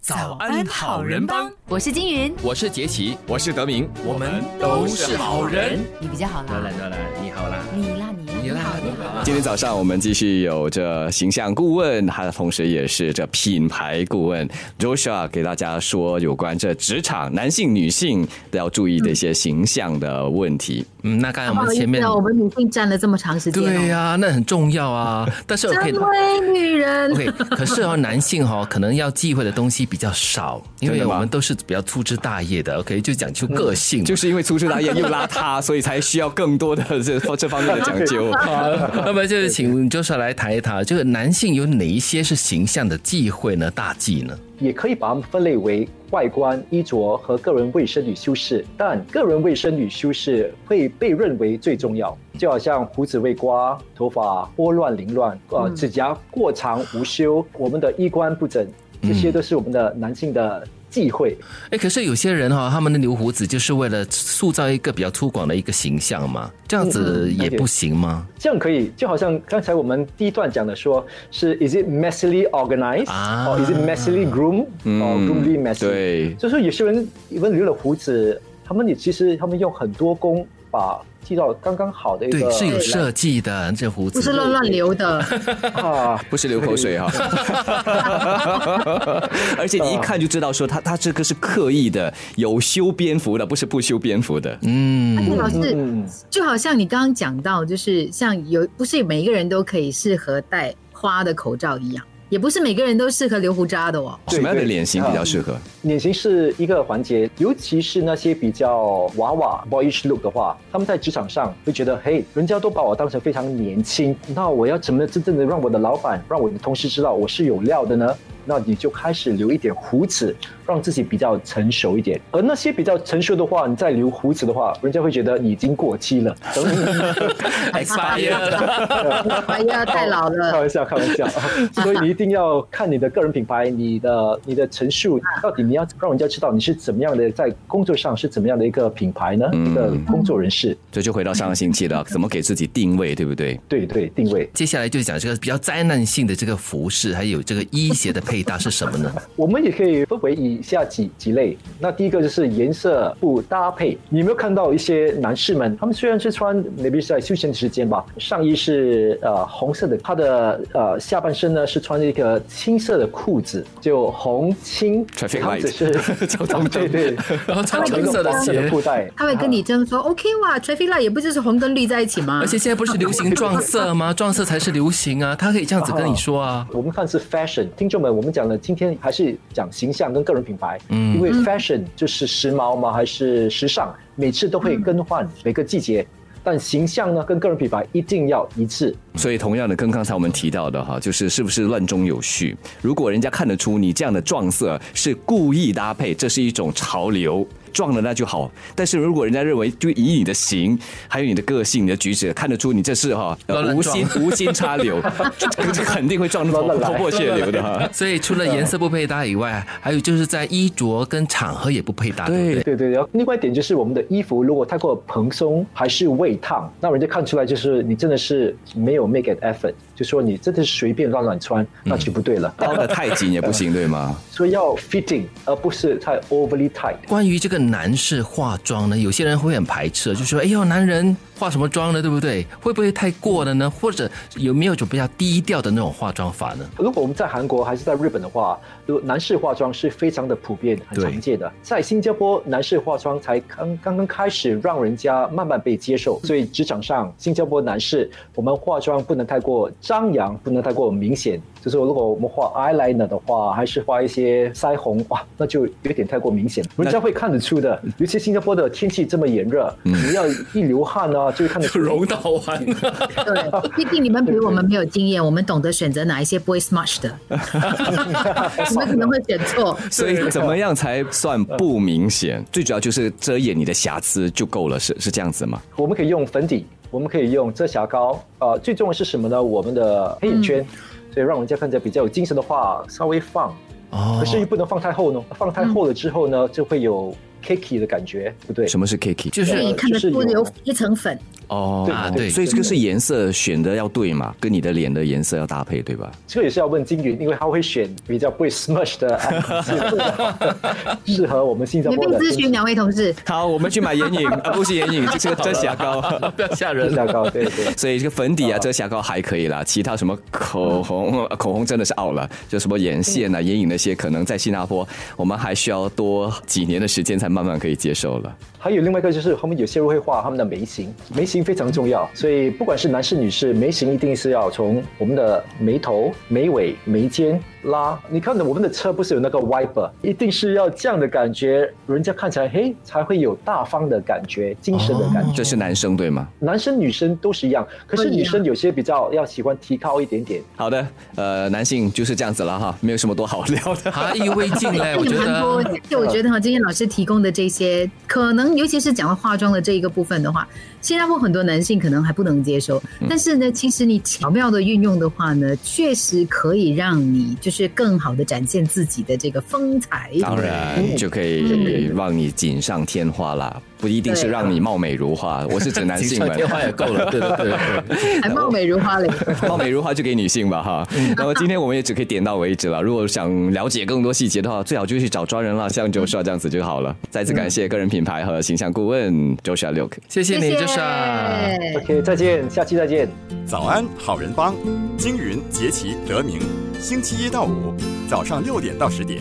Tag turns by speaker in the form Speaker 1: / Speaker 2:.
Speaker 1: 早安好人帮，
Speaker 2: 我是金云，
Speaker 3: 我是杰奇，
Speaker 4: 我是德明，
Speaker 3: 我们都是好人。
Speaker 2: 你比较好啦，
Speaker 3: 得了得了，你好啦，
Speaker 2: 你啦你啦，
Speaker 3: 你啦你啦。
Speaker 4: 今天早上我们继续有这形象顾问，他同时也是这品牌顾问 Joshua 给大家说有关这职场男性、女性都要注意的一些形象的问题。
Speaker 3: 嗯，那刚才我
Speaker 5: 不好
Speaker 3: 们
Speaker 5: 意
Speaker 3: 前面
Speaker 5: 思啊，我们女性站了这么长时间、哦。
Speaker 3: 对呀、那很重要 啊。但是我可以
Speaker 5: 身为女人，
Speaker 3: OK，可是哦，男性哦，可能要忌讳的东西比较少，因
Speaker 4: 真
Speaker 3: 为
Speaker 4: 的吗
Speaker 3: 我们都是比较粗枝大叶 的。OK，就讲究个性 嘛。
Speaker 4: 就是因为粗枝大叶又邋 遢，所以才需要更多的这这方面的讲 究。
Speaker 3: 那么就是请就是来谈一谈，这个男性有哪一些是形象的忌讳呢？大忌呢？
Speaker 6: 也可以把它们分类为外观、衣着和个人卫生与修饰，但个人卫生与修饰会被认为最重要。就好像胡子未刮、头发拨乱凌乱、呃，指甲过长无修、我们的衣冠不整，这些都是我们的男性的忌讳。
Speaker 3: 哎，可是有些人哈、他们的留胡子就是为了塑造一个比较粗犷的一个形象嘛，这样子
Speaker 6: 嗯
Speaker 3: 也不行吗？
Speaker 6: 这样可以，就好像刚才我们第一段讲的说，是 is it messily organized，
Speaker 3: 啊
Speaker 6: or is it messily groomed，or
Speaker 4: 嗯
Speaker 6: groomedly messy？
Speaker 4: 对
Speaker 6: 就是有些人even 留了胡子，他们也其实他们用很多功把剃到刚刚好的一个，
Speaker 3: 对，是有设计的这胡
Speaker 5: 不是
Speaker 3: 子。
Speaker 5: 乱乱流的，
Speaker 6: 啊，
Speaker 4: 不是流口水哈、 而且你一看就知道说他他这个是刻意的，有修边幅的，不是不修边幅的。
Speaker 3: 嗯，
Speaker 5: 老是
Speaker 6: 嗯，
Speaker 5: 就好像你刚刚讲到，就是像有不是每一个人都可以适合戴花的口罩一样，也不是每个人都适合留胡渣的哦。
Speaker 6: 对
Speaker 4: 什么样的
Speaker 6: 对啊
Speaker 4: 脸型比较适合？
Speaker 6: 脸型是一个环节，尤其是那些比较娃娃 boyish look 的话，他们在职场上会觉得，嘿，人家都把我当成非常年轻，那我要怎么真正的让我的老板、让我的同事知道我是有料的呢？那你就开始留一点胡子，让自己比较成熟一点。而那些比较成熟的话，你再留胡子的话，人家会觉得你已经过期了。等你
Speaker 3: expired
Speaker 5: 哎呀，太老
Speaker 6: 开
Speaker 5: 了，
Speaker 6: 玩笑，开玩笑。所以你一定要看你的个人品牌，你的你的陈述，到底你要让人家知道你是怎么样的，在工作上是怎么样的一个品牌呢？
Speaker 4: 嗯
Speaker 6: 一个工作人士，
Speaker 4: 这就回到上个星期了，怎么给自己定位，对不 对？
Speaker 6: 对对，定位。
Speaker 3: 接下来就讲这个比较灾难性的这个服饰，还有这个衣鞋的配搭是什么呢？
Speaker 6: 我们也可以分为以下几几类。那第一个就是颜色不搭配。你有没有看到一些男士们，他们虽然是穿 maybe 是在休闲的时间吧，上衣是呃红色的，他的呃下半身呢是穿着一个青色的裤子，就红青，
Speaker 4: Traffic
Speaker 6: 他们只
Speaker 4: light
Speaker 6: 是
Speaker 4: 交 通灯
Speaker 6: 对对，
Speaker 3: 然后穿
Speaker 6: 他们
Speaker 3: 橙色的
Speaker 6: 有一个黄
Speaker 3: 鞋
Speaker 6: 裤带，
Speaker 5: 他会跟你争说 OK 哇，traffic light 也不就是红跟绿在一起吗？
Speaker 3: 而且现在不是流行撞色 吗？撞色才是流行啊！他可以这样子跟你说啊。
Speaker 6: 我们看是 fashion，听众们，我们讲的今天还是讲形象跟个人品牌，
Speaker 3: 嗯
Speaker 6: 因为 fashion 就是时髦嘛，还是时尚，每次都会更
Speaker 3: 嗯
Speaker 6: 换，每个季节，但形象呢跟个人品牌一定要一致。
Speaker 4: 所以，同样的，跟刚才我们提到的哈，就是是不是乱中有序？如果人家看得出你这样的撞色是故意搭配，这是一种潮流，撞了那就好。但是如果人家认为，就以你的型，还有你的个性、你的举止，看得出你这是哈、呃
Speaker 3: 乱乱
Speaker 4: 无心无心插柳，这这肯定会撞得头
Speaker 6: 乱乱来
Speaker 4: 头破血流的哈。
Speaker 3: 所以除了颜色不配搭以外，还有就是在衣着跟场合也不配搭，对不对？
Speaker 6: 对对对，然后另外一点就是我们的衣服如果太过蓬松还是未烫，那人家看出来就是你真的是没有 make an effort，就说你真的是随便乱乱穿，
Speaker 3: 嗯
Speaker 6: 那就不对了。
Speaker 4: 包的太紧也不行，对吗？
Speaker 6: 所以要 fitting，而不是太 overly tight。
Speaker 3: 关于这个男士化妆呢，有些人会很排斥，就说：“哎呦，男人化什么妆呢？对不对？会不会太过了呢？或者有没有种比较低调的那种化妆法 呢
Speaker 6: 如果我们在韩国还是在日本的话，如果男士化妆是非常的普遍、很
Speaker 3: 对
Speaker 6: 常见的。在新加坡，男士化妆才刚刚刚开始让人家慢慢被接受，所以职场上，新加坡男士我们化妆不能太过张扬，不能太过明显。就是如果我们画 eyeliner 的话，还是画一些腮红，哇，那就有点太过明显，人家会看得出的。尤其新加坡的天气这么炎热，你要一流汗呢、就会看得？” 出。
Speaker 3: 荣到完了，
Speaker 5: 对，毕竟你们比我们没有经验，我们懂得选择哪一些不会 smash 的，你们可能会选错。
Speaker 4: 所以怎么样才算不明显？最主要就是遮掩你的瑕疵就够了，是是这样子吗？
Speaker 6: 我们可以用粉底，我们可以用遮瑕膏，呃，最重要的是什么呢？我们的黑眼圈，所以让人家看起来比较有精神的话，稍微放，
Speaker 3: 哦
Speaker 6: 可是又不能放太厚呢，放太厚了之后呢，就会有 cakey 的感觉，不对。
Speaker 4: 什么是 Kiki？
Speaker 3: 就
Speaker 5: 所
Speaker 3: 是
Speaker 5: 以看得出
Speaker 6: 就是
Speaker 5: 有
Speaker 6: 有
Speaker 5: 一层粉，
Speaker 4: 哦
Speaker 6: 对
Speaker 3: 啊对
Speaker 4: 所以这个是颜色选的要对嘛，跟你的脸的颜色要搭配，对吧？
Speaker 6: 这个也是要问金云，因为他会选比较不会 smush 的案子，适合我们新加
Speaker 5: 免费
Speaker 6: 坡的
Speaker 5: 咨询两位同事，
Speaker 4: 好，我们去买眼影 啊，不是眼影，这个遮瑕膏。
Speaker 3: 不要吓
Speaker 6: 比
Speaker 3: 人
Speaker 6: 较高，对对。
Speaker 4: 所以这个粉底啊、遮瑕膏还可以啦，其他什么口红，口红真的是 out 了，就什么眼线啊、眼影那些，可能在新加坡我们还需要多几年的时间才慢慢可以接受了。
Speaker 6: 还有另外一个就是，他们有些人会画他们的眉形，眉形非常重要，所以不管是男士女士，眉形一定是要从我们的眉头、眉尾、眉间拉。你看的我们的车不是有那个 wiper，一定是要这样的感觉，人家看起来嘿才会有大方的感觉、精神的感觉。
Speaker 4: 这是男生对吗？
Speaker 6: 男生女生都是一样，可
Speaker 5: 哦
Speaker 6: 是
Speaker 5: 不一样
Speaker 6: 女生有些比较要喜欢提高一点点。
Speaker 4: 好的，呃，男性就是这样子了哈，没有什么多好聊 的。
Speaker 3: 啊，意犹未尽嘞，
Speaker 5: 那
Speaker 3: 我
Speaker 5: 你
Speaker 3: 觉
Speaker 5: 们多，
Speaker 3: 得啊
Speaker 5: 而且我觉得哈，今天老师提供的这些，可能尤其是讲到化妆的这一个部分的话，新加坡很多男性可能还不能接受，
Speaker 3: 嗯
Speaker 5: 但是呢，其实你巧妙的运用的话呢，确实可以让你就是更好的展现自己的这个风采。
Speaker 4: 当然
Speaker 6: 嗯
Speaker 4: 就可以让你锦上添花啦，不一定是让你貌美如花。我是指男 性们，
Speaker 3: 电话也够了，对对对对对，
Speaker 5: 还貌美如花嘞。
Speaker 4: 貌美如花就给女性吧哈。那么今天我们也只可以点到为止了。如果想了解更多细节的话，最好就去找专人了，像 Joshua 这样子就好了。再次感谢个人品牌和形象顾问 Joshua Luke。
Speaker 3: 谢谢你，就是。啊
Speaker 6: OK，再见，下期再见。
Speaker 1: 早安好人帮，金云、杰奇、德明，星期一到五早上六点到十点，